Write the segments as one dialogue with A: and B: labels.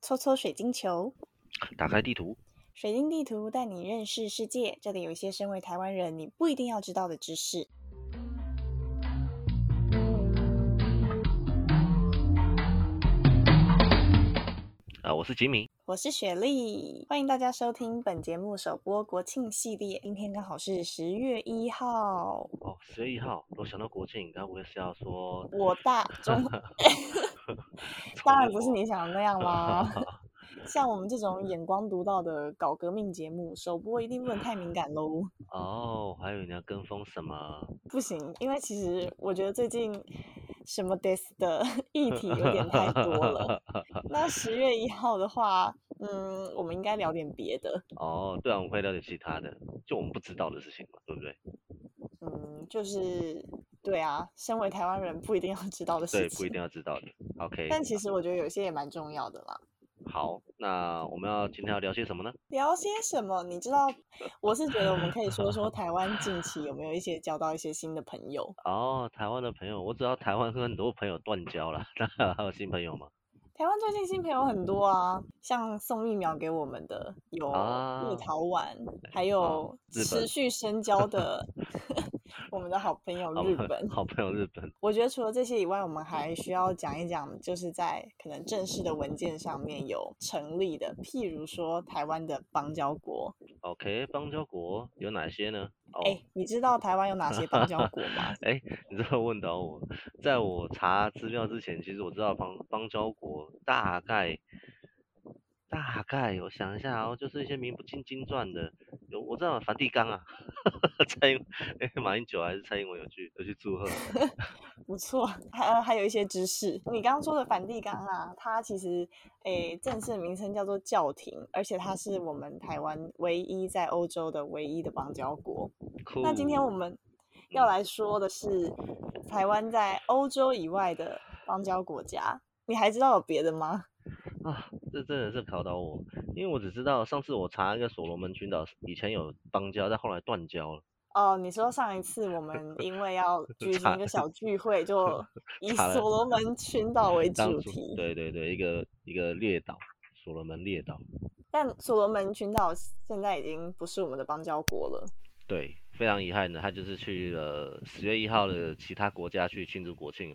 A: 搓搓水晶球，
B: 打开地图，
A: 水晶地图带你认识世界。这里有一些身为台湾人你不一定要知道的知识。
B: 啊，我是吉米。
A: 我是雪莉，欢迎大家收听本节目首播国庆系列。今天刚好是十月一号，
B: 哦，十月一号，我想到国庆，该不会是要说中
A: 我大中，
B: 国，
A: 呃当然不是你想的那样啦。像我们这种眼光独到的搞革命节目，首播一定不能太敏感喽。
B: 哦，还以为你要跟风什么？
A: 不行，因为其实我觉得最近什么 des 的议题有点太多了。。那十月一号的话，嗯，我们应该聊点别的，
B: 哦，对啊，我们会了解其他的，就我们不知道的事情嘛，对不对？
A: 嗯，就是对啊，身为台湾人不一定要知道的事
B: 对，
A: 情，
B: 不一定要知道的。OK，
A: 但其实我觉得有些也蛮重要的啦。
B: 好，那我们要今天要聊些什么呢？
A: 聊些什么？你知道，我是觉得我们可以说说台湾近期有没有一些交到一些新的朋友。
B: 哦，台湾的朋友，我知道台湾很多朋友断交了， 那还有新朋友吗？
A: 台湾最近新朋友很多啊，像送疫苗给我们的有
B: 啊哦
A: 立陶宛，还有
B: 日
A: 持
B: 本
A: 续深 交的 我们的好朋友
B: 好
A: 哦日
B: 朋友
A: 本。
B: 好朋友日本。
A: 我觉得除了这些以外，我们还需要讲一讲，就是在可能正式的文件上面有成立的，譬如说台湾的邦交国。
B: OK，邦交国有哪些呢？哦，
A: 哎、你知道台湾有哪些邦交国吗？
B: 哎， 你这个问到我，在我查资料之前，其实我知道邦邦交国大概大概我想一下哦，就是一些名不经经传的，有我知道梵蒂冈啊， 蔡英哎马英九还是蔡英文有去有去祝贺啊
A: 不错，还呃还有一些知识。你刚刚说的梵蒂冈啊，它其实诶正式的名称叫做教廷，而且它是我们台湾唯一在欧洲的唯一的邦交国。
B: 酷。
A: 那今天我们要来说的是台湾在欧洲以外的邦交国家。你还知道有别的吗？
B: 啊，这真的是考倒我，因为我只知道上次我查那个所罗门群岛以前有邦交，但后来断交了，
A: 哦，你说上一次我们因为 要举行
B: 查
A: 一个小聚会， 就以
B: 查了
A: 所罗门群岛为
B: 当
A: 主
B: 初
A: 题。
B: 对对对，一个一个列岛，所罗门列岛。
A: 但所罗门群岛现在已经不是我们的邦交国了。
B: 对，非常遗憾的，他就是去了十月一号的其他国家去庆祝国庆。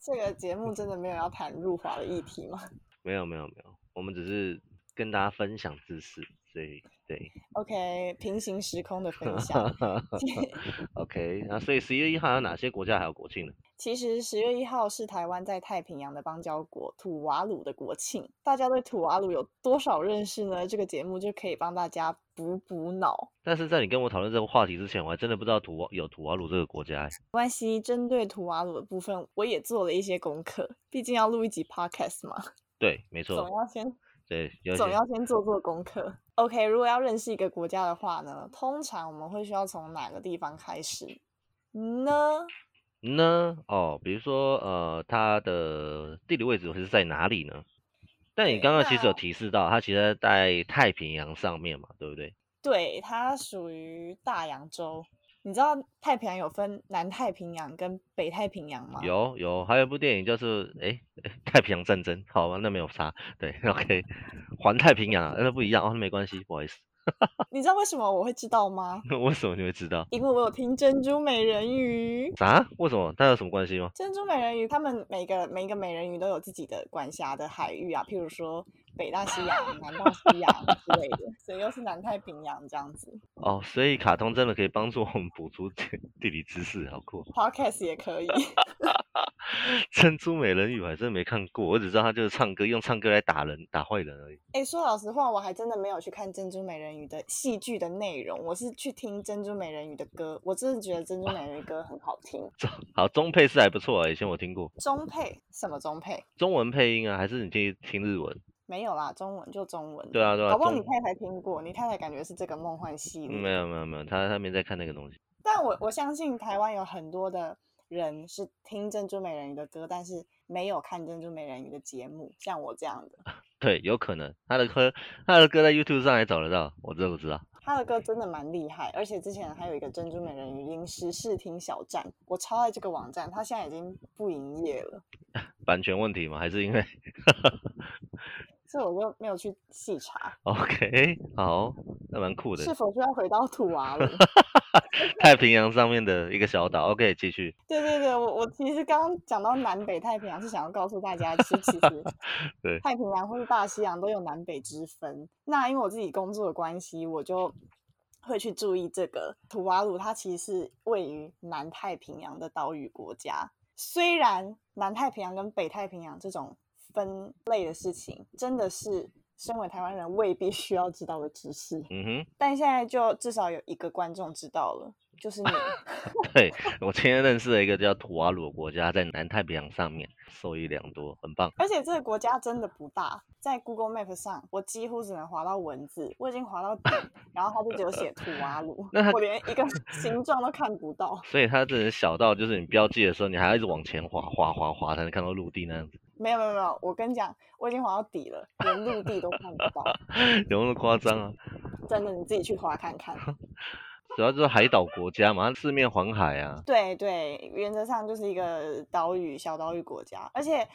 A: 这个节目真的没有要谈入华的议题吗
B: 没有没有没有，我们只是跟大家分享知识，所以对
A: ？OK，平行时空的分享。
B: ，OK。那所以十月一号有哪些国家还有国庆呢？
A: 其实十月一号是台湾在太平洋的邦交国土瓦鲁的国庆，大家对土瓦鲁有多少认识呢？这个节目就可以帮大家补补脑。
B: 但是在你跟我讨论这个话题之前，我还真的不知道土瓦有土瓦鲁这个国家欸。
A: 没关系，针对土瓦鲁的部分，我也做了一些功课，毕竟要录一集 podcast 嘛，
B: 对，没
A: 总
B: 错，
A: 要先
B: 对，有
A: 总
B: 些
A: 要先做做功课。OK，如果要认识一个国家的话呢，通常我们会需要从哪个地方开始呢？
B: 呢哦，比如说呃，它的地理位置会是在哪里呢？但你
A: 对
B: 刚刚其
A: 那
B: 实有提示到，它其实在太平洋上面嘛，对不对？
A: 对，它属于大洋洲。你知道太平洋有分南太平洋跟北太平洋吗？
B: 有有，还有一部电影就是诶 诶太平洋战争》，好吧，那没有啥，对，OK，环 太平洋啊，那不一样哦，那没关系，不好意思。
A: 你知道为什么我会知道吗？
B: 那为什么你会知道？
A: 因为我有听《珍珠美人鱼》。
B: 啥？为什么？它有什么关系吗？
A: 珍珠美人鱼，他们每个每一个美人鱼都有自己的管辖的海域啊，譬如说北大西洋、南大西洋之类的，所以又是南太平洋这样子。
B: 哦，所以卡通真的可以帮助我们补足 地理知识，好酷哦！
A: Podcast 也可以。
B: 珍珠美人鱼我还真没看过，我只知道他就是唱歌，用唱歌来打人、打坏人而已。
A: 哎、说老实话，我还真的没有去看《珍珠美人鱼》的戏剧的内容，我是去听《珍珠美人鱼》的歌。我真的觉得《珍珠美人鱼》歌很好听。
B: 好，中配是还不错啊，以前我听过
A: 中配什么中配？
B: 中文配音啊，还是你听听日文？
A: 没有啦，中文就中文。
B: 对啊对啊
A: 搞不好你
B: 中
A: 太太听过，你太太感觉是这个梦幻系列。
B: 没有没有没有，他他没在看那个东西。
A: 但我我相信台湾有很多的人是听《珍珠美人鱼》的歌，但是没有看《珍珠美人鱼》的节目，像我这样的。
B: 对，有可能他的歌他的歌在 YouTube 上还找得到，我这不知道。
A: 他的歌真的蛮厉害，而且之前还有一个《珍珠美人鱼》临时试听小站，我超爱这个网站，它现在已经不营业了，
B: 版权问题吗？还是因为
A: 所以我就没有去细查，
B: OK 好，那蛮酷的
A: 是，否需要回到土瓦鲁？
B: 太平洋上面的一个小岛。OK，继续。
A: 对对对，我我其实刚刚讲到南北太平洋，是想要告诉大家，其实其实
B: 对
A: 太平洋或是大西洋都有南北之分。那因为我自己工作的关系，我就会去注意这个土瓦鲁，它其实是位于南太平洋的岛屿国家。虽然南太平洋跟北太平洋这种分类的事情，真的是身为台湾人未必需要知道的知识，
B: 嗯哼，
A: 但现在就至少有一个观众知道了，就是你。
B: 对我今天认识了一个叫土瓦鲁的国家，在南太平洋上面，受益良多，很棒。
A: 而且这个国家真的不大，在 Google Map 上，我几乎只能滑到文字，我已经滑到底，然后它就只有写土瓦鲁
B: 那它，
A: 我连一个形状都看不到。
B: 所以它真的小到，就是你标记的时候，你还要一直往前滑滑滑滑，才能看到陆地那样子，
A: 没有没有没有，我跟你讲，我已经滑到底了，连陆地都看不到，
B: 有那么夸张啊？
A: 真的，你自己去滑看看。
B: 主要就是海岛国家嘛，它四面环海啊。
A: 对对，原则上就是一个岛屿小岛屿国家，而且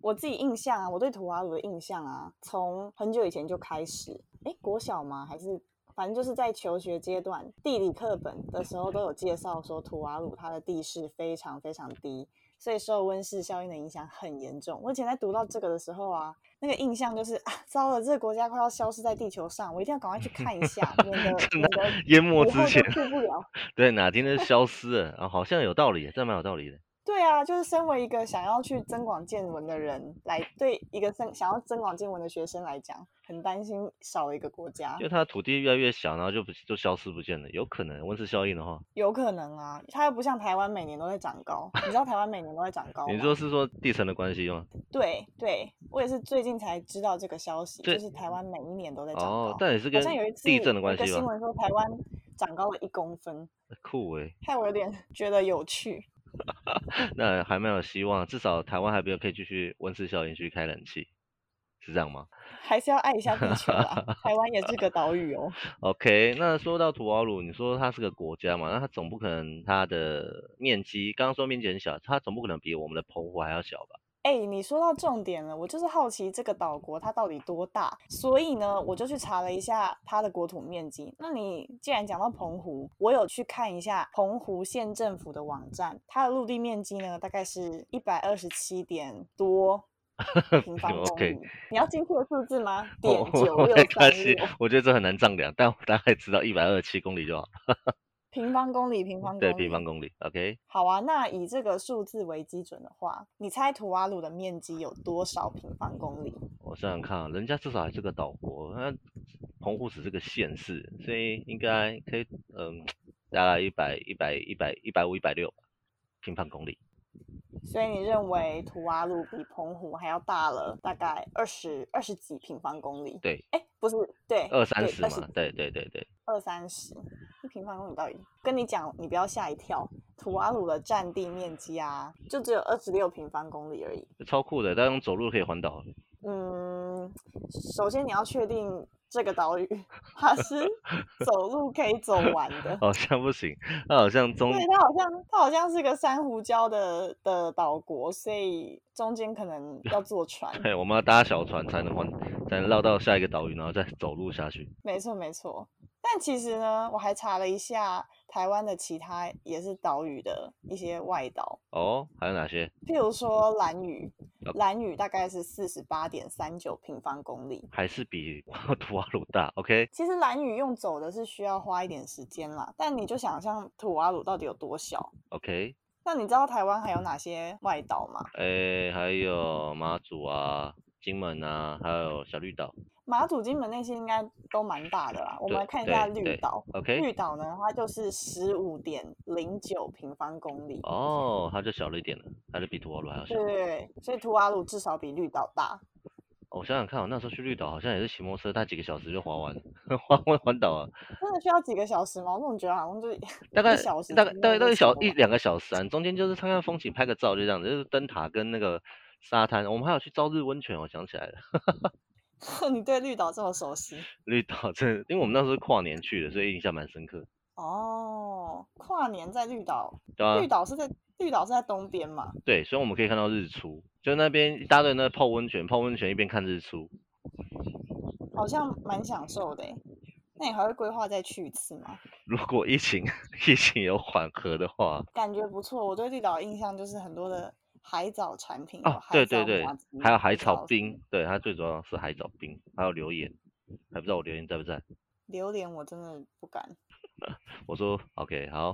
A: 我自己印象啊，我对土瓦鲁的印象啊，从很久以前就开始，诶，国小吗？还是反正就是在求学阶段，地理课本的时候都有介绍说土瓦鲁它的地势非常非常低，所以受温室效应的影响很严重。我以前在读到这个的时候啊，那个印象就是啊，糟了，这个国家快要消失在地球上，我一定要赶快去看一下， 免得免得
B: 淹没
A: 以
B: 之
A: 后
B: 前
A: 就，去不了。
B: 对，哪天就消失了啊？好像有道理，这蛮有道理的。
A: 对啊，就是身为一个想要去增广见闻的人来，对一个增想要增广见闻的学生来讲，很担心少了一个国家
B: 因，为它的土地越来越小，然后就不就消失不见了，有可能温室效应的话，
A: 有可能啊，它又不像台湾每年都在长高，你知道台湾每年都在长高吗？
B: 你说是说地层的关系吗？
A: 对对，我也是最近才知道这个消息，
B: 对
A: 就是台湾每一年都在长高，
B: 哦，但也是
A: 好
B: 跟
A: 像有一次
B: 地震的关
A: 有
B: 系
A: 个新
B: 吧？
A: 闻说台湾长高了一公分，
B: 酷诶，
A: 害我有点觉得有趣。
B: 那还蛮有希望，至少台湾还比较可以继续温室效应去开冷气，是这样吗
A: 还是要爱一下地球 啦，台湾也是个岛屿哦。
B: ？OK，那说到土瓦鲁，你说它是个国家嘛，那它总不可能它的面积，刚刚说面积很小，它总不可能比我们的澎湖还要小吧？
A: 哎、你说到重点了，我就是好奇这个岛国它到底多大，所以呢，我就去查了一下它的国土面积。那你既然讲到澎湖，我有去看一下澎湖县政府的网站，它的陆地面积呢大概是一百二十七点 多平方公
B: OK
A: 里。你要精确的数字吗？
B: 我
A: 点
B: 我
A: 九
B: 我
A: 六
B: 在看
A: 三
B: 戏
A: 六，
B: 我觉得这很难丈量，但我大概知道一百二十七公里就好，
A: 平方公里，平方公里，
B: 对，平方公里。OK，
A: 好啊，那以这个数字为基准的话，你猜土瓦鲁的面积有多少平方公里？
B: 我想想看啊，人家至少还是个岛国，那澎湖只是个县市，所以应该可以，嗯，大概一百一百一百一百五一百六平方公里。
A: 所以你认为土瓦鲁比澎湖还要大了大概二十二十几平方公里？
B: 对，
A: 哎，不是，对，
B: 二三
A: 对
B: 十
A: 20
B: 嘛，对对对对，
A: 二三十，一平方公里到底？跟你讲，你不要吓一跳，土瓦鲁的占地面积啊，就只有二十六平方公里而已。
B: 超酷的，但用走路可以环岛。
A: 嗯，首先你要确定这个岛屿它 是走路可以走完的。
B: 好像不行，那好像中
A: 对，它好像它好像是个珊瑚礁的的岛国，所以中间可能要坐船。
B: 对，我们要搭小船才能环，才能绕到下一个岛屿，然后再走路下去。
A: 没错，没错。但其实呢，我还查了一下台湾的其他也是岛屿的一些外岛，
B: 哦，还有哪些？
A: 譬如说兰屿
B: 呃，
A: 兰屿大概是四十八点三九平方公里。
B: 还是比 土瓦鲁大？OK，
A: 其实兰屿用走的是需要花一点时间啦，但你就想象土瓦鲁到底有多小。
B: OK，
A: 那你知道台湾还有哪些外岛吗？
B: 哎，还有马祖啊、金门啊，还有小绿岛。
A: 马祖、金门那些应该都蛮大的啦。我们
B: 对
A: 来看一下
B: 对
A: 绿
B: 对
A: 岛，
B: OK，
A: 绿岛呢，它就是十五点零九平方公里。
B: 哦，它就小了一点了，它就比土瓦鲁还要小。
A: 对，所以图瓦鲁至少比绿岛大。
B: 哦我想想看，我那时候去绿岛好像也是骑摩托车，大概几个小时就滑完了， 滑完环岛啊，
A: 真的需要几个小时吗？我怎么觉得好像就
B: 大概
A: 一小时
B: 大
A: 之
B: 概大概
A: 内
B: 大
A: 就
B: 概小
A: 骑
B: 一
A: 完
B: 两个小时啊，中间就是看看风景、拍个照就这样子，就是灯塔跟那个沙滩。我们还有去朝日温泉，我想起来了，
A: 你对绿岛这么熟悉？
B: 绿岛真的，因为我们那时候是跨年去的，所以印象蛮深刻。
A: 哦，跨年在绿岛，
B: 对啊
A: 绿，岛是在绿岛是在东边嘛？
B: 对，所以我们可以看到日出，就那边一大堆人在泡温泉，泡温泉一边看日出。
A: 好像蛮享受的欸。那你还会规划再去一次吗？
B: 如果疫情疫情有缓和的话，
A: 感觉不错。我对绿岛的印象就是很多的海藻产品，有
B: 哦，
A: 嗯海
B: 对
A: 藻
B: 对对
A: 麻糬，
B: 还有海草
A: 藻
B: 冰，对，它最主要是海草冰，还有榴莲，还不知道我榴莲在不在。
A: 榴莲，我真的不敢。
B: 我说 OK，好，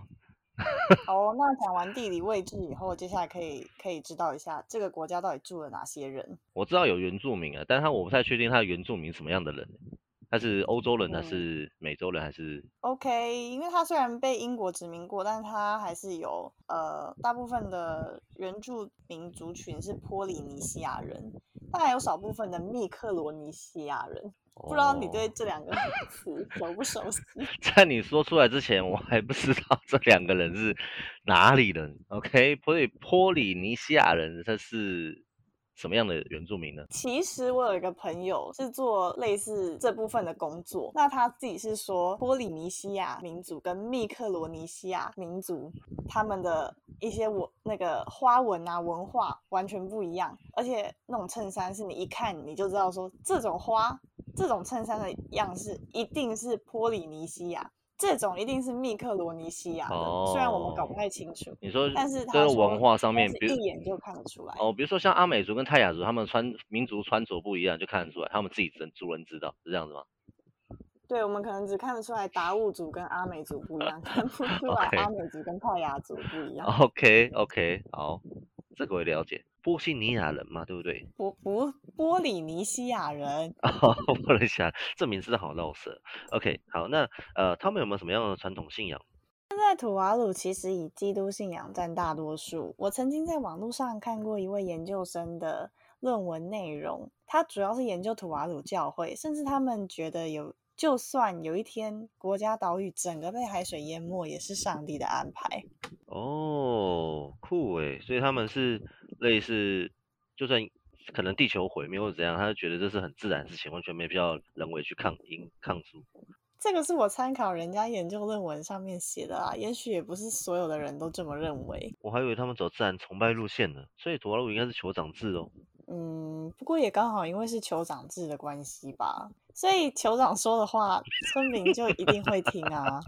A: 好哦、那讲完地理位置以后，接下来可以可以知道一下这个国家到底住了哪些人。
B: 我知道有原住民啊，但他我不太确定他的原住民什么样的人，欸他是欧洲人还
A: 嗯
B: 是美洲人还是
A: OK，因为它虽然被英国殖民过，但是它还是有呃大部分的原住民族群是波利尼西亚人，但还有少部分的密克罗尼西亚人。不知道你
B: 哦
A: 对这两个词熟不熟悉？
B: 在你说出来之前，我还不知道这两个人是哪里人。OK，所以波里尼西亚人他是什么样的原住民呢？
A: 其实我有一个朋友是做类似这部分的工作，那他自己是说波利尼西亚民族跟密克罗尼西亚民族他们的一些文那个花纹啊文化完全不一样，而且那种衬衫是你一看你就知道说这种花这种衬衫的样式一定是波利尼西亚，这种一定是密克罗尼西亚的，虽然我们搞不
B: 哦
A: 太清楚，
B: 你说
A: 但是
B: 这
A: 他
B: 个
A: 说
B: 文化上
A: 但
B: 面，
A: 是
B: 比如
A: 一眼就看得出来。
B: 哦，比如说像阿美族跟泰雅族，他们穿民族穿着不一样，就看得出来，他们自己人族人知道是这样子吗？
A: 对，我们可能只看得出来达悟族跟阿美族不一样，看不出来
B: OK 哦
A: 阿美族跟泰雅族不一样。
B: OK OK，好，这个我了解。波西尼亚人嘛，对不对？
A: 不不，波里尼西亚人
B: 啊、波西尼亚，这名字好绕舌。OK，好，那呃，他们有没有什么样的传统信仰？
A: 现在土瓦鲁其实以基督信仰占大多数。我曾经在网络上看过一位研究生的论文内容，他主要是研究土瓦鲁教会，甚至他们觉得有，就算有一天国家岛屿整个被海水淹没，也是上帝的安排。
B: 哦，酷诶，所以他们是类似，就算可能地球毁灭或者怎样，他就觉得这是很自然的事情，完全没必要人为去抗因抗阻。
A: 这个是我参考人家研究论文上面写的啊，也许也不是所有的人都这么认为。
B: 我还以为他们走自然崇拜路线呢，所以土瓦鲁应该是酋长制哦。
A: 嗯，不过也刚好因为是酋长制的关系吧，所以酋长说的话，村民就一定会听啊。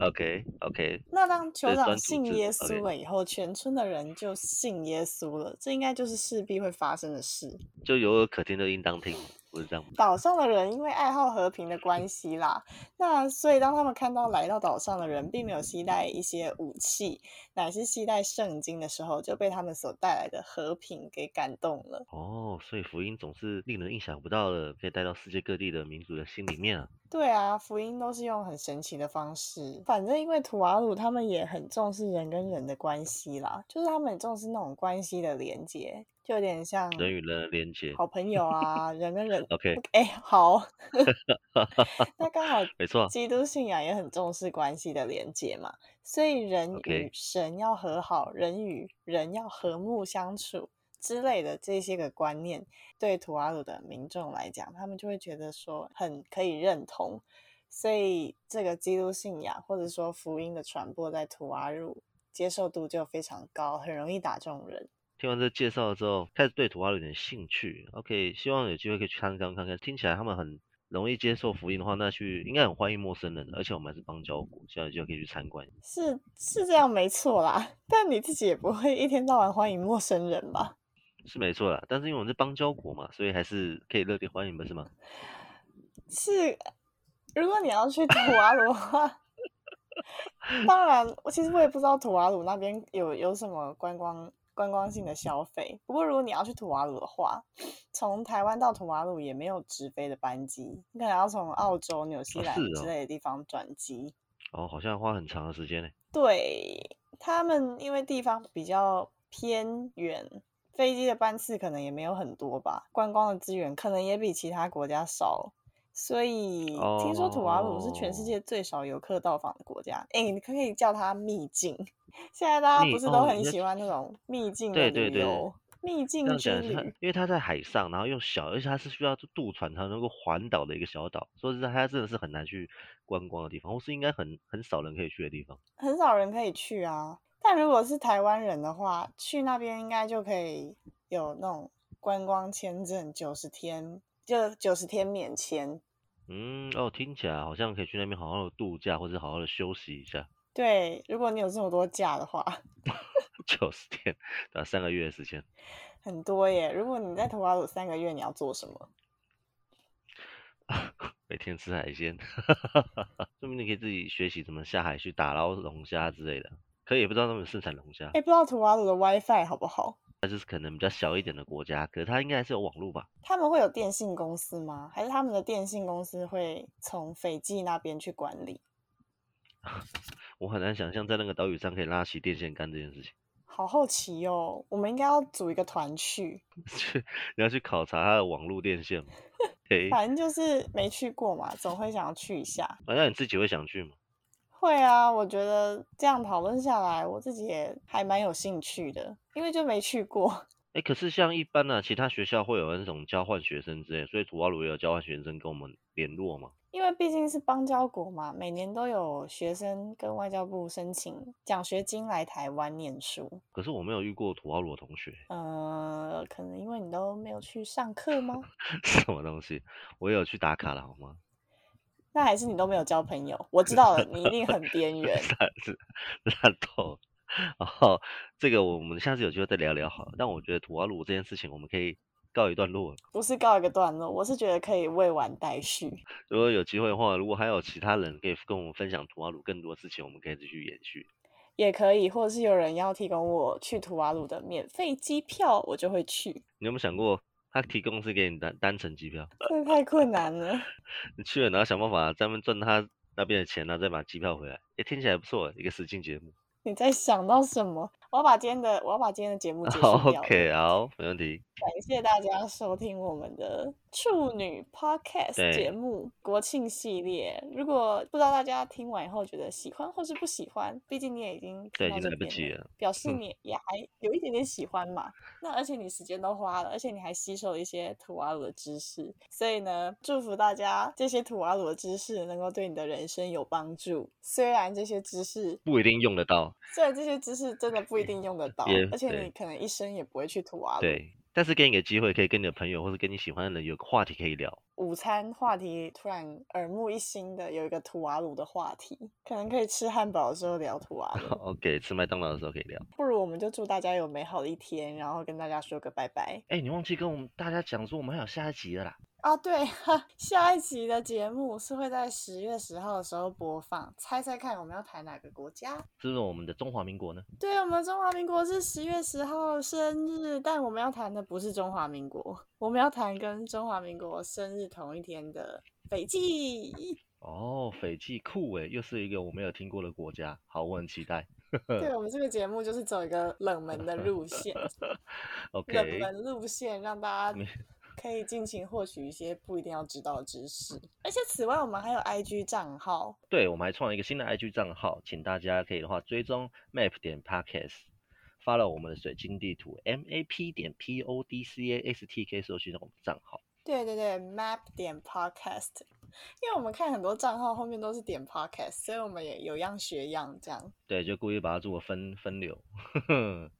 B: OK OK，
A: 那当酋
B: 对专
A: 长
B: 属
A: 信
B: 制
A: 耶
B: ，OK
A: 稣了以后，全村的人就信耶稣了，这应该就是势必会发生的事。
B: 就有耳可听就应当听，不是这样吗？
A: 岛上的人因为爱好和平的关系啦，那所以当他们看到来到岛上的人并没有携带一些武器，乃是携带圣经的时候，就被他们所带来的和平给感动了。
B: 哦，所以福音总是令人意想不到的，可以带到世界各地的民族的心里面啊。
A: 对啊，福音都是用很神奇的方式。反正因为土瓦鲁他们也很重视人跟人的关系啦，就是他们很重视那种关系的连接，就有点像
B: 人与人的连接。
A: 好朋友 啊，人跟人。
B: OK，
A: 哎、好， 那刚好
B: 没错。
A: 基督信仰也很重视关系的连接嘛，所以人
B: OK
A: 与神要和好，人与人要和睦相处之类的这些个观念，对土瓦鲁的民众来讲，他们就会觉得说很可以认同，所以这个基督信仰或者说福音的传播在土瓦鲁接受度就非常高，很容易打中人。
B: 听完这介绍之后，开始对土瓦鲁有点兴趣。OK，希望有机会可以去看看看看。听起来他们很容易接受福音的话，那去应该很欢迎陌生人的，而且我们还是邦交国，希望有机会可以去参观。
A: 是是这样没错啦， 但你自己也不会一天到晚欢迎陌生人吧？
B: 是没错啦，但是因为我们是邦交国嘛，所以还是可以热烈欢迎，不是吗？
A: 是，如果你要去土瓦鲁的话， 当然，我其实我也不知道土瓦鲁那边有有什么观光观光性的消费。不过，如果你要去土瓦鲁的话，从台湾到土瓦鲁也没有直飞的班机，你可能要从澳洲、纽西
B: 哦
A: 兰
B: 是
A: 之
B: 哦
A: 类的地方转机。
B: 哦，好像花很长的时间呢。
A: 对他们，因为地方比较偏远，飞机的班次可能也没有很多吧，观光的资源可能也比其他国家少，所以
B: 哦
A: 听说土瓦鲁是全世界最少游客到访的国家。哎，你可以叫它秘境。现在大家
B: 秘
A: 不是
B: 哦
A: 都
B: 你
A: 很
B: 在
A: 喜欢那种秘境的
B: 对对
A: 旅
B: 对
A: 游？秘境
B: 这样
A: 之
B: 讲是它，
A: 旅，
B: 因为它在海上，然后又小，而且它是需要渡船才能够环岛的一个小岛。说实在，它真的是很难去观光的地方，或是应该很很少人可以去的地方。
A: 很少人可以去啊。但如果是台湾人的话，去那边应该就可以有那种观光签证，九十天就九十天免签。
B: 嗯，哦，听起来好像可以去那边好好的度假，或者好好的休息一下。
A: 对，如果你有这么多假的话，
B: 九十天，对、啊，三个月的时间。
A: 很多耶。如果你在图瓦鲁三个月，你要做什么？
B: 每天吃海鲜， 说明你可以自己学习怎么下海去打捞龙虾之类的。可以也不知道他们盛产龙虾，
A: 哎，不知道图瓦鲁的 WiFi 好不好？
B: 那就是可能比较小一点的国家，可是它应该还是有网络吧？
A: 他们会有电信公司吗？还是他们的电信公司会从斐济那边去管理？
B: 我很难想象在那个岛屿上可以拉起电线杆这件事情。
A: 好好奇哦，我们应该要组一个团去，
B: 去你要去考察它的网络电线吗？诶、
A: 反正就是没去过嘛，总会想要去一下。
B: 反啊正你自己会想去吗？
A: 会啊，我觉得这样讨论下来，我自己也还蛮有兴趣的，因为就没去过。
B: 哎、可是像一般呢、其他学校会有那种交换学生之类，所以土瓦鲁也有交换学生跟我们联络嘛。
A: 因为毕竟是邦交国嘛，每年都有学生跟外交部申请奖学金来台湾念书。
B: 可是我没有遇过土瓦鲁的同学，
A: 呃，可能因为你都没有去上课吗？
B: 什么东西？我也有去打卡了好吗？
A: 那还是你都没有交朋友？我知道了，你一定很边缘。
B: 烂是烂透。然后这个我们下次有机会再聊聊好了。但我觉得土瓦鲁这件事情我们可以告一段落了。
A: 不是告一个段落，我是觉得可以未完待续。
B: 如果有机会的话，如果还有其他人可以跟我们分享土瓦鲁更多事情，我们可以继续延续。
A: 也可以，或者是有人要提供我去图瓦鲁的免费机票，我就会去。
B: 你有没有想过，他提供是给你单单程机票，
A: 这太困难了，
B: 你去了然后想办法咱们赚他那边的钱，然后再买机票回来？诶，听起来不错，一个实境节目。
A: 你在想到什么？我要把今天的我要把今天的节目结束掉了。
B: 好，OK，好，没问题。
A: 感谢大家收听我们的处女 Podcast
B: 对
A: 节目国庆系列。如果不知道大家听完以后觉得喜欢或是不喜欢，毕竟你也已经听
B: 对
A: 到
B: 已经
A: 这
B: 来不
A: 边
B: 及
A: 了
B: 了，
A: 表示
B: 嗯
A: 你也还有一点点喜欢嘛。那而且你时间都花了，而且你还吸收了一些土瓦鲁的知识，所以呢，祝福大家这些土瓦鲁的知识能够对你的人生有帮助。虽然这些知识，
B: 不一定用得到，
A: 虽然这些知识真的不一定用得到
B: 也，
A: 而且
B: 对
A: 你可能一生也不会去土瓦鲁。
B: 对，但是给你个机会，可以跟你的朋友或者跟你喜欢的人有个话题可以聊。
A: 午餐话题突然耳目一新的有一个土瓦鲁的话题，可能可以吃汉堡的时候聊土瓦 鲁。
B: OK，吃麦当劳的时候可以聊。
A: 不如我们就祝大家有美好的一天，然后跟大家说个拜拜
B: 哎、你忘记跟我们大家讲说我们还有下一集的啦。
A: 啊！对 哈，下一集的节目是会在十月十号的时候播放，猜猜看我们要谈哪个国家？
B: 是不是我们的中华民国呢？
A: 对，我们中华民国是十月十号生日，但我们要谈的不是中华民国，我们要谈跟中华民国生日同一天的斐济。
B: 哦，斐济酷诶，又是一个我没有听过的国家。好，我很 期待。
A: 对我们这个节目就是走一个冷门的路线，冷
B: OK，
A: 门路线让大家
B: 没
A: 可以尽情获取一些不一定要知道的知识。而且此外，我们还有 IG 账号，
B: 对，我们还创了一个新的 IG 账号，请大家可以的话追踪 Map 点 Podcast，follow 我们的水晶地图 MAP 点 PODCASTK 搜寻我们的账号。
A: 对对对，Map 点 Podcast，因为我们看很多账号后面都是点 Podcast，所以我们也有样学样这样。
B: 对，就故意把它做个分分流。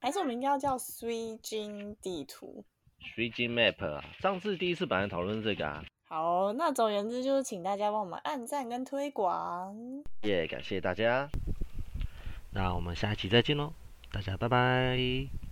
A: 还是我们应该要叫水晶地图。
B: 水晶 Map 啊，上次第一次本来讨论这个啊，
A: 好，那总而言之就是请大家帮我们按赞跟推广。
B: 耶、感谢大家。那我们下一期再见喽，大家拜拜。